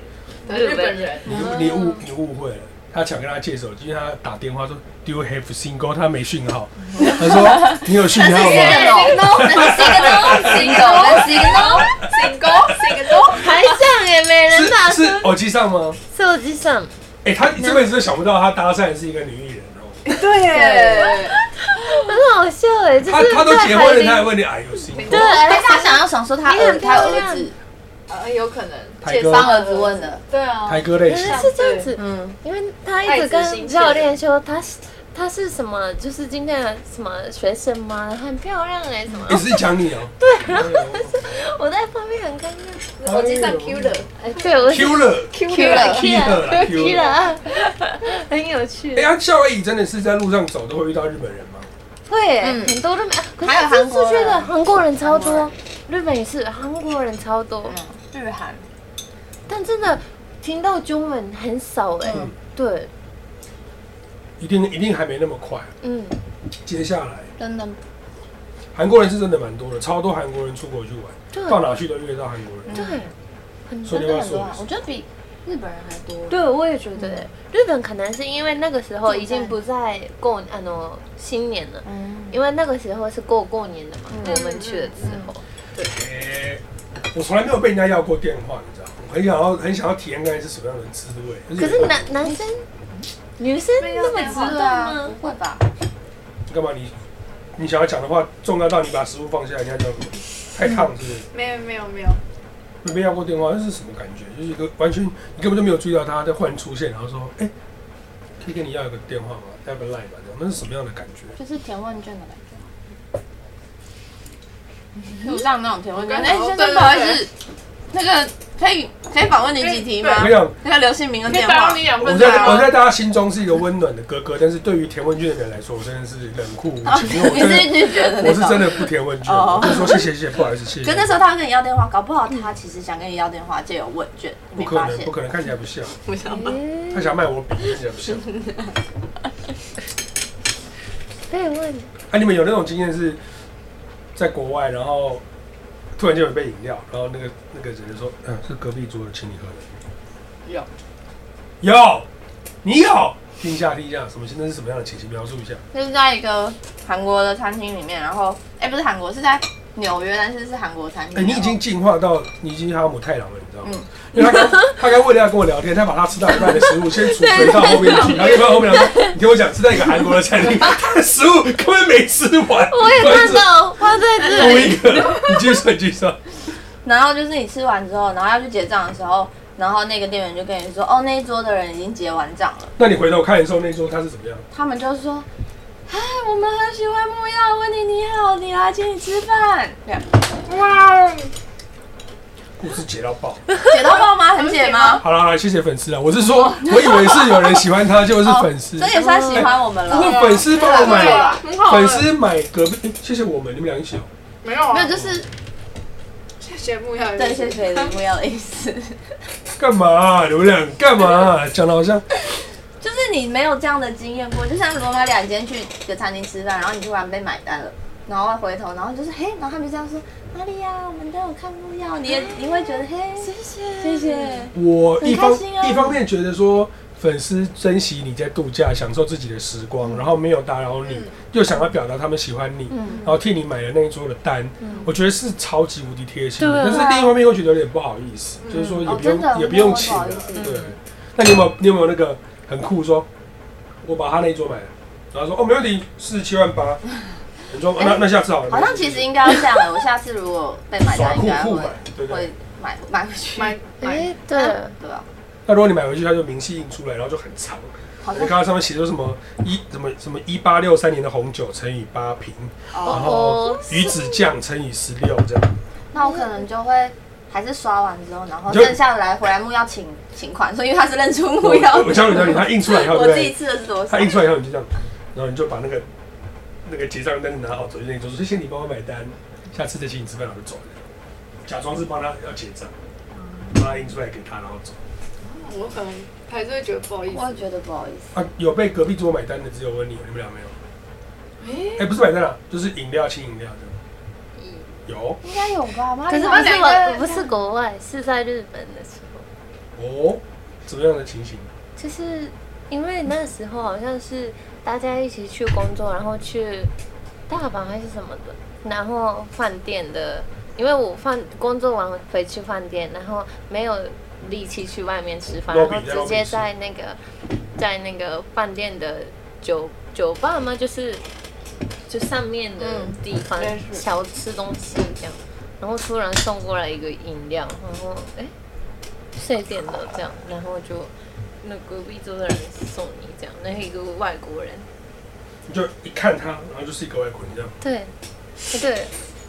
对 日本人，
你你误你误会了。他想跟他借手机，因为他打电话说 Do you have single？他没讯号，他说你有讯号吗？
还上也没人打
是
出
是，耳机上吗？
是欧吉桑，
哎、他这辈子都想不到他搭讪是一个女艺人哦，
对耶，
很好笑哎，就
他
是
他都
在
结
海
婚了，
里
他还问你哎呦，是
对，
但是他想要想说他儿他儿子
呃，有可能
台
介
哥
帮
绍
儿子问的，
对啊，
台哥类
可
型
是，是这样子，
嗯，
因为他一直跟教练说他是他是什么，就是今天的什么学生吗？很漂亮哎、什么哦
一？直讲你哦。对，然后
我在旁边很尴尬。
我机上 Q 的
哎，对，我
Q 了
Q
了
Q 了 Q
踢
了。
了，啊很有趣
哎、。他夏威夷真的是在路上走都会遇到日本人吗？
会、哎
嗯
很多都没，可
还有
是这
韩国
次
人
去的韩国人超
韩
多，日本也是韩国人超多，
日韩
但真的听到中文很少哎、
嗯
对，
一定一定还没那么快。
嗯，
接下来，
真的
韩国人是真的蛮多的，超多韩国人出国去玩，
对
到哪去都遇得到韩国人。
对，很
说你。
多
真
要
的很多
说
啊，我觉得比日本人还多。
对，我也觉得、欸日本可能是因为那个时候已经不在过啊喏新年了，
嗯，
因为那个时候是过过年的嘛，我们去的时候。
哎我从来没有被人家要过电话，你知道吗？我很想要很想要体验看是什么样的滋味。
可是男男生、女生那么
没有
直
对
断
啊，
吗
不？会吧？
干嘛你你想要讲的话重要到你把食物放下，人家就太烫是不是？
没有没有没有，
没被要过电话，那是什么感觉？就是一个完全你根本就没有注意到他在忽然出现，然后说：“哎、可以跟你要一个电话吗？要个 line 吧？”这样那是什么样的感觉？
就是填问卷的感觉，路上那种填问卷。
嗯
哎，先生，不好意思，那个可以可以访问你几题吗
我？跟你讲，
那个刘姓名跟
可以
电
打
话
扰你。两
我
分钟啊
哦
在我
吗？
在大家心中是一个温暖的哥哥，但是对于填问卷的人来说，我真的是冷酷无情，因为我
哦你
真
是
的
拒绝的那
我是真
种。
的不填问卷，
哦
我就说谢谢谢谢，不好意思谢
可那
谢。
时候他跟你要电话，搞不好他其实想跟你要电话，借有问卷，
不
没
可
发
能，
现
不。可能，看起来不像，
不想吧？
他想卖我笔，看起来不像。
可以问，
啊，你们有那种经验是在国外，然后突然间有一杯饮料，然后那个那个人就说：“嗯，是隔壁桌的，请你喝的。”
有
有，你有听一下听一下，什么现在是什么样的情形？描述一下。
就是在一个韩国的餐厅里面，然后哎，不是韩国，是在纽约，但是是韩国餐厅。
哎、你已经
然
进化到你已经哈姆太郎了，你知道吗？因为他刚他刚为了要跟我聊天，他把他吃到一半的食物先储存到后面去，然后一到后面来说：“你听我讲，是在一个韩国的餐厅，他的食物根本没吃完。”
我也看到放在这
同
里，
一个，你继续说，你继续说。
然后就是你吃完之后，然后要去结账的时候，然后那个店员就跟你说，哦，那一桌的人已经结完账了。
那你回头看的时候，那一桌他是怎么样？
他们就说，哎，我们很喜欢木曜，温妮你好，你来请你吃饭。这样
故事结到爆。
解到爆 吗？很解吗？
好了，来谢谢粉丝了。我是说，我以为是有人喜欢他，就是粉丝。
这也算喜欢我们
不过
了。
粉丝帮我
对
买，
啊很好
粉
了，
丝买隔壁，诶谢谢我们，你们俩一起哦。
没有啊
没有，就是
谢谢木曜，
对，谢谢你木曜的意 思，
干嘛啊？你们俩干嘛啊？讲的好像
就是你没有这样的经验过。就像如果玛利亚，你今天去一个餐厅吃饭，然后你突然被买单了，然后回头，然后就是嘿，然后他们就这样说哪里啊呀，我们都有看过呀， 你也你会觉得嘿，谢谢谢谢，
我一方、
很开心啊
一方面觉得说粉丝珍惜你在度假，享受自己的时
嗯
光，然后没有打扰你，又想要表达他们喜欢你，然后替你买了那一桌的单，
嗯
我觉得是超级无敌贴心的。但是另一方面又觉得有点不好意思，就是说也
啊哦
不
真
用、
的
也不用
真的
请
不好
了
意思，
对。那你有没有你有没有那个很酷说，我把他那一桌买了，然后说哦没问题，四十七万八，你说、哦那那下次好了，
哎好像其实应该要这样欸，我下次如果被买
耍
单，应
酷
该
酷
会
买，对不对
会？买买回去，
买买
哎，对，
对啊吧？
那如果你买回去，它就明细印出来，然后就很长。
好
你
像
看它上面写说什么一什么什么一八六三年的红酒乘以八瓶，然
哦，
后鱼子酱乘以十六这样。
那我可能就会。还是刷完之后，然后
你就
剩下的来回来木要请请款，所以因为他是认出木要
我，我教你 教你，它印出来以后，
我
对不
自己
对？
吃的是多少
它？印出来以后你就这样，然后你就把那个那个结账单拿好，走进那桌说谢谢你帮我买单，下次再请你吃饭，然后就走了。假装是帮他要结账，把它印出来给他，然后走。
我可能还是会觉得不好意
我也
思。
觉得不好意思。
啊，有被隔壁桌买单的只有我你，你们俩没有？
哎，
哎、不是买单啦，就是饮料请饮料
嗯
这样。有
应该有吧？妈
可是
你
不
好
们
是
两个
我，不是国外，是在日本的时候，
哦，怎么样的情形？
就是因为那时候好像是大家一起去工作，然后去大阪还是什么的，然后饭店的，因为我饭工作完回去饭店，然后没有力气去外面吃饭，然
Lobby，
后
在
直
lobby
接
吃
在那个在那个饭店的酒酒吧嘛，就是就上面的
嗯
地方
应该是
小吃东西这样，然后突然送过来一个饮料，然后哎。诶睡点的这样，然后就那隔壁桌的人送你这样，那一个外国人，
你就一看他，然后就是一个外国人这样，
对，对，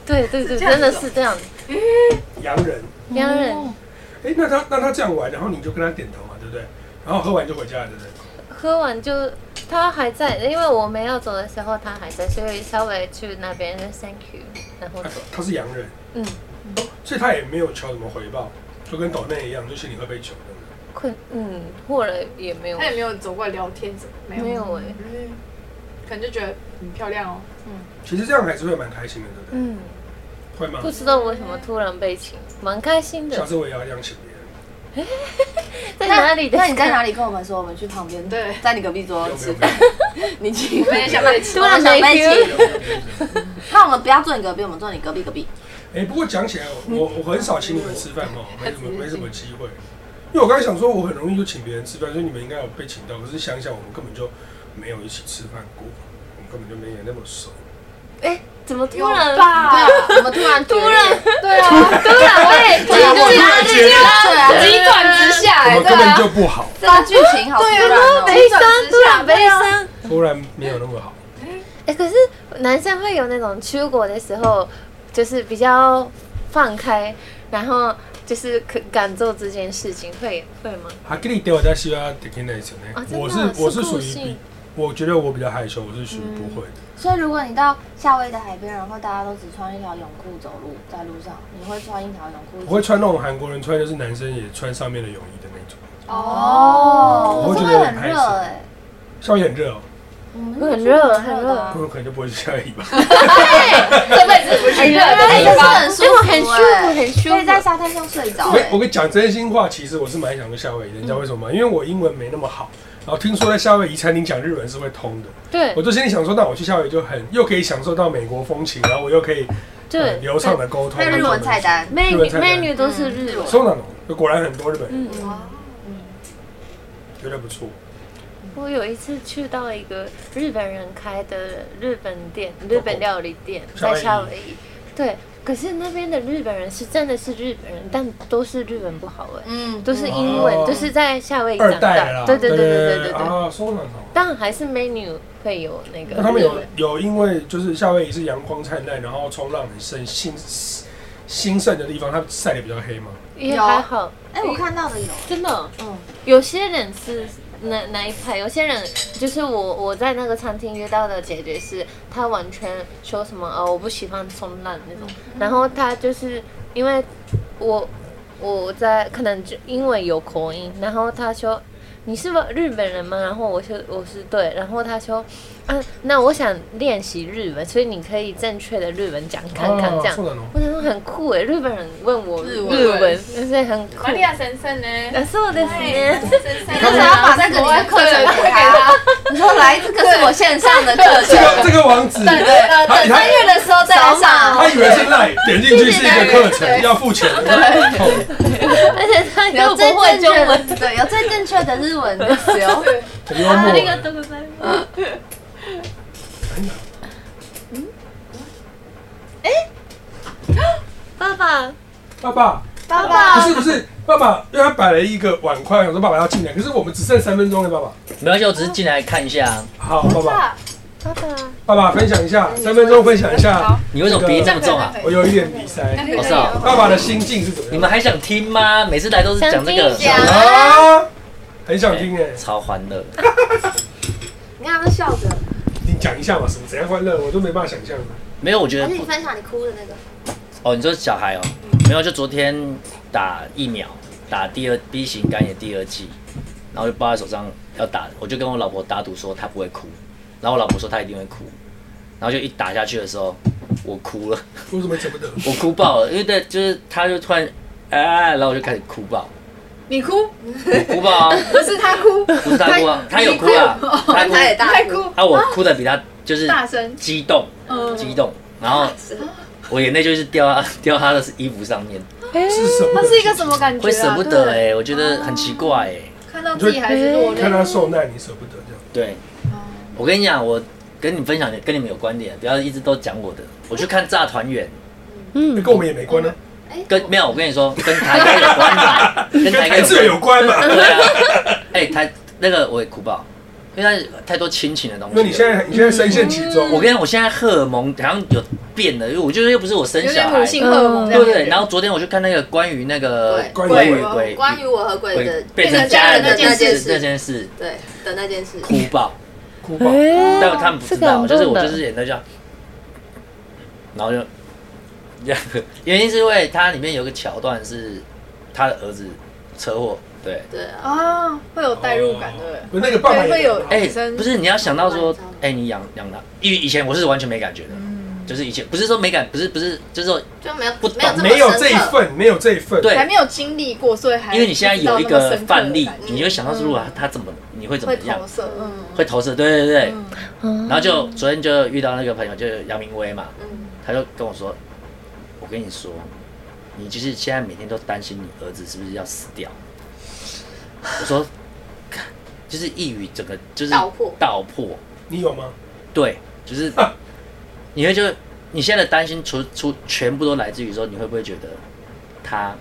对对对，
这样子
真
哦
的是这样，
洋人。
洋人
哎、那他那他这样玩，然后你就跟他点头嘛，对不对？然后喝完就回家了，对不对？
喝完就他还在，因为我们要走的时候他还在，所以稍微去那边 thank you，然后
他
走，
他是洋人，
嗯，
所以他也没有求什么回报，就跟岛内一样，就请你喝杯酒这样
困，嗯，哎或者也没有
他，也没有走过来聊天，怎么没有？
没
欸
有哎、
嗯，可能就觉得很漂亮哦。
其实这样还是会蛮开心的，对不对？
嗯，
会吗
不？知道为什么突然被请，蛮开心
下
的，
次我也要这样请别人，
在哪里的？
那你在哪里跟我们说？我们去旁边，
对
在你隔壁桌
有没
吃
有
饭。 你请，
我也想被请
突然
想
没
被请。
没有？没有没 有没有
那我们不要坐你隔壁，我们坐你隔壁隔壁。
哎、不过讲起来，我我很少请你们吃饭哦，没什么没什么机会。因为我刚才想说，我很容易就请别人吃饭，所以你们应该有被请到。可是想一想，我们根本就没有一起吃饭过，我们根本就没有那么熟。
哎，怎么突
有
然？
吧？
对，我啊们突然 突然
对啊，
突然喂，
对啊，我
突然间，
对啊，
急转直下，
我
欸
哎
们
对
根本
啊，
就不好，
这个剧情好突然哦。
悲伤，突然悲伤。
突然没有那么好。
哎、可是男生会有那种出国的时候，就是比较放开，然后就是可敢做这件事情，会会吗？
哈给你对我在西瓜点那一层呢
啊，真的
我是
啊
我是
是
属
个
于比
性，
我觉得我比较害羞，我是属于不会的。
所以如果你到夏威夷的海边，然后大家都只穿一条泳裤走路，在路上，你会穿一条泳
我
裤？
会穿那种韩国人穿，就是男生也穿上面的泳衣的那种。
哦，
我会
这
觉
会
得很
很
排
热
斥
哎，
校园很热哦，
我们
会很热
那个
很
的啊
我可能就不会去夏威夷吧。
这辈子不去热的
哎，
地
真的
方。
很舒
哎我
服，
很舒服很舒服
可以在沙滩上睡着。
我
哎
我跟你讲真心话，其实我是蛮想去夏威夷的，你知道为什么吗？因为我英文没那么好，然后听说在夏威夷餐厅讲日文是会通的，
对
我就心里想说，那我去夏威夷就很又可以享受到美国风情，然后我又可以呃
对，
流畅的沟通。
那日文菜单，
日
menu
文菜单
menu 都是日文。
そうなの，果然很多日本人，
嗯，
觉得不错。
我有一次去到一个日本人开的日本店，日本料理店，
夏威
在
夷
夏威夷。对，可是那边的日本人是真的是日本人，但都是日文不好哎、
嗯，
都是英文，
哦
就是在夏威夷
二
长
代了
大，
啦，
对对对对对对对。
啊，そうなの。
但还是 menu 会有那个
那他们
日
有
文
有因为就是夏威夷是阳光灿烂，然后冲浪很盛兴兴盛的地方，它晒得比较黑吗？
也还好，
哎，我看到的有，
真的，
嗯
有些人是哪哪一派，有些人就是我我在那个餐厅遇到的姐姐是，她完全说什么哦我不喜欢冲浪那种，然后她就是因为我我在可能就因为有口音，然后她说你是不日本人吗？然后我说我是对，然后她说嗯、那我想练习日文，所以你可以正确的日文讲看看，这样。
そうなの
哦我想说很酷哎，日本人问我
日
日
文
文，就是很酷
玛。利亚先生呢？
啊そうです
先
ね。
生，
你就是要把这个你的课程给他，你说来，这个是我线上的课
这个
程，
这个网址，
对对
他他
三月的哦时候再来上。
他以为是 line，点进去是一个课程，要付钱。哦
而且他
有
又不
最
会
正
中
确
文，
的，对，有最正确的哦日文ですよ。
很幽默。
啊
都不在。爸爸，
爸爸，
爸爸
不是不是，爸爸，因为他摆了一个碗筷，我说爸爸要进来，可是我们只剩三分钟了，爸爸。
没关系，我只是进来看一下。
好，爸爸，
啊
爸爸，
爸爸分享一下，三分钟分享一下，
你为什么鼻音这么重啊？
我有一点鼻塞。
我操！
爸爸的心境是怎么
你
样？
们还想听吗？每次来都是讲这个
想听一，下
啊，很想听哎，
超欢乐。
你看他们笑着，
你讲一下嘛，什么怎样欢乐，我都没办法想象。
没有，我觉得
还啊是你分享你哭的那个？嗯
哦，你说小孩哦，没有，就昨天打疫苗，打第二 B 型肝炎第二剂，然后就抱在手上要打，我就跟我老婆打赌说她不会哭，然后我老婆说她一定会哭，然后就一打下去的时候，我哭了，
为什么怎么的？
我哭爆了，因为对，就是她就突然啊，然后我就开始哭爆，
你哭
我哭爆啊，
不是他哭，
不是她哭啊，她有哭啊，她哭
他也大
太
哭，
哭，
啊，我哭的比她就是
大声，
激动
嗯，
激动，然后我眼泪就是掉啊 掉她的衣服上面，
是什
他
么？
是一
嗯
个什么感觉啊？
会舍不得哎、
对
我觉得很奇怪哎、
看到自己孩子落
你看
泪，
他受难，你舍不得这样。
对，我跟你讲，我跟你分享跟你们有关联，不要一直都讲我的。我去看《炸团圆
那
嗯
欸跟我们也没关啊呢，》
跟，没有，我跟你说，跟台哥有关吧，跟
跟
台
台
哥
志有
有
关嘛。
关。对啊，哎、台那个我也哭爆，因为它太多亲情的东西
因为
了。
你现在你现在深陷其中，
我跟你讲，我现在荷尔蒙好像有变了，因为我觉得又不是我生
有
小
点
孩
母，性荷尔蒙这
对
样
不
的感
对？
觉，
然后昨天我去看那个关于那个
关于
于
关
鬼
关于我和鬼的
鬼变成家人的那件事那件事
对的那件事，
哭爆。
哭爆。
哎
但他们不知
这个
道，
很
就是
重
我
的
就是眼泪这样，然后就这样， 原因是因为它里面有一个桥段是他的儿子车祸，对，
对啊，
啊，会有代入感，对不对？
不是那个爸爸也
对会有
哎
哎、
女生
不是你要想到说
晚上，
哎、你养养他，因为以前我是完全没感觉的，就是以前不是说没感，不是不是，就是说
就没有
不懂
没有这么
没有这一
深刻，
份，没有这一份。
对
还没有经历过，所以还
因为你现在有一
不知道那么
个
深刻的
范例
感，觉嗯
你就想到说如果他他怎么，你会怎么
会
样
投？射，嗯，
会投射，对对对。
嗯
然后就昨天就遇到那个朋友，就是杨明威嘛，
嗯
他就跟我说：“我跟你说，你就是现在每天都担心你儿子是不是要死掉。” 我说：“看就是一语整个就是
道破
道破
你有吗？
对， 就是、你会就你现在的担心除除全部都来自于说你会不会觉得他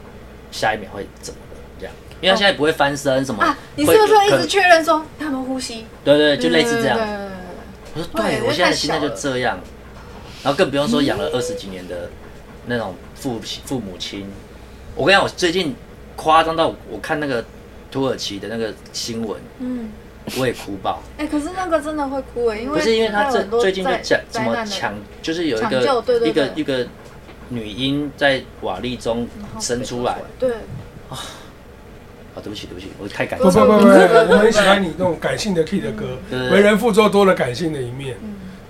下一秒会怎么了这样？因为他现在不会翻身什么，
啊，你是不是
会
会一
可
直确认说他们呼吸？
对对，就类似这样。
对对对对对
我说
哇
对，
那
我现在
太
的心态
小
就
了嗯
这样，然后更不用说养了二十几年的那种父父母亲。我跟你讲，我最近夸张到我看那个土耳其的那个新闻，
嗯，
我也哭爆，
哎、可是那个真的会哭哎、因为
不是因为他
有
这
很多
最近就
灾
讲什
灾
么
难的
抢，就是有一
抢救对
个
对
一个
对
一个女婴在瓦砾中生出来。
对，
啊，对不起对不起，我太感
不
动
不
了。
不不，我很喜欢你那种感性的 K 的歌，
嗯
为人父之后多了感性的一面。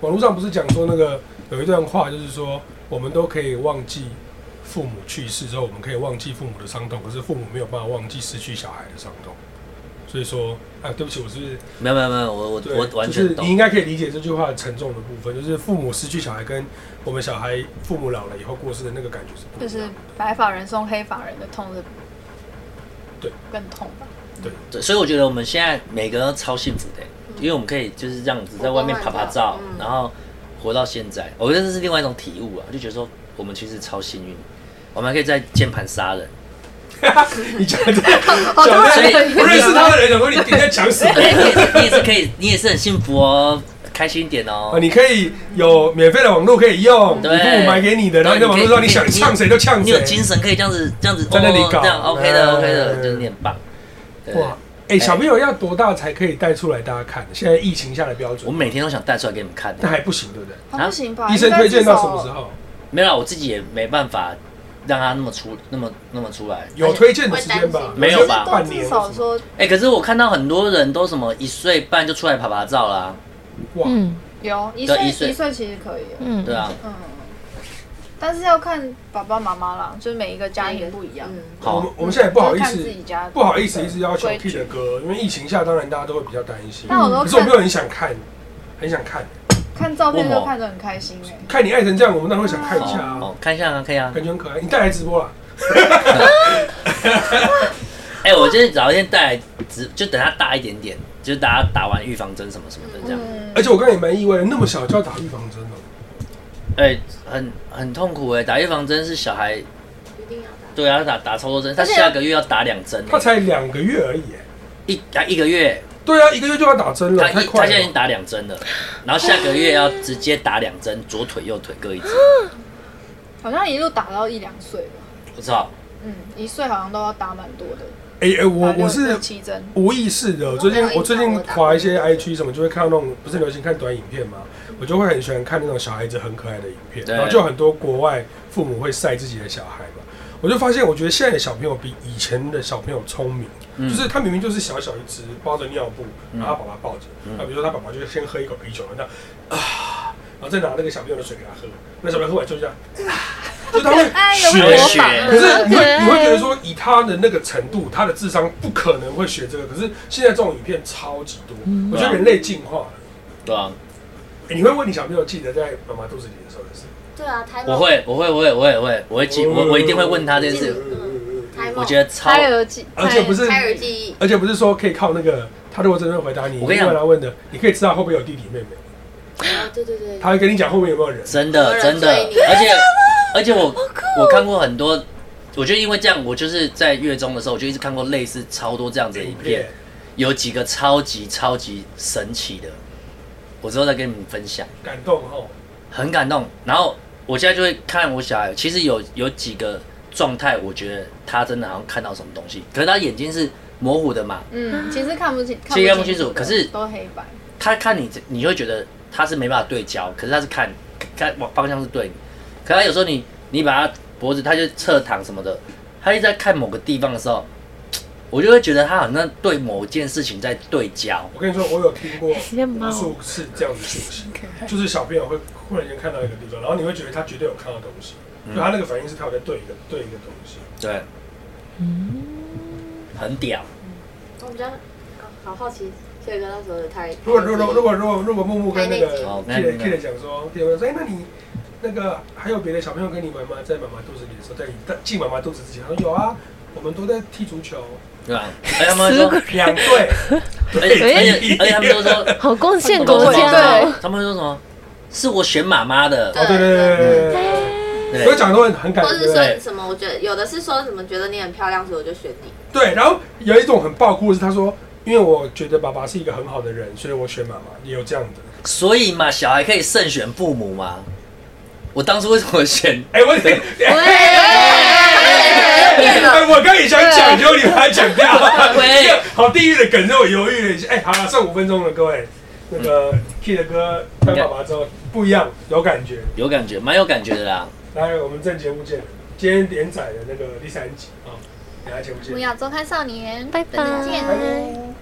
网络上不是讲说那个有一段话，就是说我们都可以忘记父母去世之后，我们可以忘记父母的伤痛，可是父母没有办法忘记失去小孩的伤痛。所以说，啊，对不起，我是不是
没有没有没有，我我
对，
我完
就是
全
你应
懂。
该可以理解这句话沉重的部分，就是父母失去小孩跟我们小孩父母老了以后过世的那个感觉是不
就
一
是
样的。
白发人送黑发人的痛是，
对，
更痛吧。
对，所以我觉得我们现在每个人都超幸福的、因为我们可以就是这样子在外面拍拍照，
嗯
然后活到现在，我觉得这是另外一种体悟啊，就觉得说我们其实超幸运，我们还可以在键盘杀 人。
你讲的，讲的
所以
不认识他的人想说你你在讲什么？
对你也可以你也是可以，你也是很幸福哦，开心一点
啊，
哦。
你可以有免费的网络可以用，你
对
父母买给你的，然后你在网络上你想呛谁就呛
你
谁
有。精神可以这样子这样子
在那里
哦
搞
这样 OK 的 OK
哎
的，就是你很棒。对
哇，，哎，小朋友要多大才可以带出来大家看？现在疫情下的标
我
准，
每天都想带出来给你们看。
那还不行，对不对？
啊、不行吧？
医生推荐到什么时？候？
没有啦，我自己也没办法让他那么出那么那么出来。
有推荐的时间吧？
没有吧
都
半年
至
或
少
什么
说
哎、可是我看到很多人都什么一岁半就出来爬爬照啦、
哇，
嗯，
有一
对
岁
一岁
一岁其实可以了，
嗯，
对啊，
但是要看爸爸妈妈啦，就是每一个家
嗯
庭不一样，
我
好
们，我们现在也不好意
就是看自
思
己家，
不好意思一直要求
规矩
P 的歌，因为疫情下当然大家都会比较担心。
但我都
可是我
看
没有很想看，很想看，
看照片
为什
就
么
看得很开心哎、
看你爱成这样，我们当然会想看一下
好，
哦
啊，
好哦看一下啊，可以啊。
感觉很可爱。你带来直播啊啦，
哎、我就是早一天带来，只就等他大一点点，就是大家打完预防针什么什么的这样。
嗯
而且我刚刚也蛮意外的，那么小就要打预防针了。
哎、很很痛苦哎、打预防针是小孩，
一定要打。
对啊，打打超多针，他
而且
下个月要打两针、
他
欸，
才两个月而已耶，
一他一个月，
对啊，一个月就要打针了，
他
太
一他
快
现在已经
了。
打两针了，然后下个月要直接打两针，左腿右腿各一针，
好像一路打到一两岁吧，
不知道。
嗯，一岁好像都要打蛮多的，
哎哎，我
打六
我是
六七针，
无意识的，最近
没有
我最近
影响我打
滑一些 IG 什么，就会看到那种不是流行看短影片吗？我就会很喜欢看那种小孩子很可爱的影片，
对
然后就很多国外父母会晒自己的小孩嘛。我就发现，我觉得现在的小朋友比以前的小朋友聪明，
嗯
就是他明明就是小小一只，包着尿布，然后他爸爸抱着，
嗯
那、比如说他爸爸就先喝一口啤酒，然后这样啊，然后再拿那个小朋友的水给他喝，那小朋友喝完就这样， 啊，就他会
学
学
学，
啊
可是你会你会觉得说，以他的那个程度，他的智商不可能会学这个。可是现在这种影片超级多，我觉得人类进化了。
对啊，
欸你会问你小朋友记得在妈妈肚子里的时候的事？
对啊，胎
我会，我会，我会，我会，我会，我会记，我我一定会问他这件
哦
事，
胎
我觉得超，
胎儿记，
而且不是，
胎儿记忆，
而且不是说可以靠那个，他如果真的回答你，
我跟你讲
问他问的，你可以知道后面有弟弟妹妹，
哦对对对，
他会跟你讲后面有没有人。
真的真的，而且 而且我我看过很多，我就因为这样，我就是在月中的时候，我就一直看过类似超多这样子的影片，有几个超级超级神奇的，我之后再跟你们分享，
感动哦，
很感动。然后我现在就会看我小孩，其实有有几个状态，我觉得他真的好像看到什么东西，可是他眼睛是模糊的嘛，
嗯，其实看不清，
其实看不
清
清楚
的
可是
都黑白，
他看你，你会觉得他是没办法对焦，可是他是看看往方向是对你，可他有时候你你把他脖子，他就侧躺什么的，他一直在看某个地方的时候，我就会觉得他好像对某件事情在对焦。
我跟你说，我有听过
像猫
无数次这样的讯息，就是小朋友会忽然间看到一个地方，然后你会觉得他绝对有看到东西，就他那个反应是他有在对一个对一个东西。
对，很屌。
我比较好好奇，这个那时候的胎。
如果如果如果如果如果木木跟那个
好那
Kid
那
Kid 讲说，Kid 说，哎，那你那个还有别的小朋友跟你玩吗？在妈妈肚子里的时候，在你进妈妈肚子之前，他说有啊，我们都在踢足球，
对吧？而且他们会说，
两队，
而且而且而且他们都说，
好贡献
他们都
国
说
家
什
哦，
么他们会说什么？是我选妈妈的，
哦对对对对对对，所以
对，
讲都很很感
或
人，
是
对不对
说什么？我觉得有的是说什么，觉得你很漂亮，所以我就选你。
对，然后有一种很爆哭的是，他说，因为我觉得爸爸是一个很好的人，所以我选妈妈，也有这样的。
所以嘛，小孩可以慎选父母嘛。我当初为什么选
哎，我等，
变了，
哎，我刚也想讲，结果你把它讲掉。
喂
好地狱的梗让我犹豫了一下。哎，好了，剩五分钟了，各位。那个 Kid 的歌当爸爸之后不一样，有感觉。
有感觉，蛮有感觉的啦。
来，我们正节目见。今天连载的那个第三集啊，大家节目见
不。要周刊少年，
拜拜
再见。
拜拜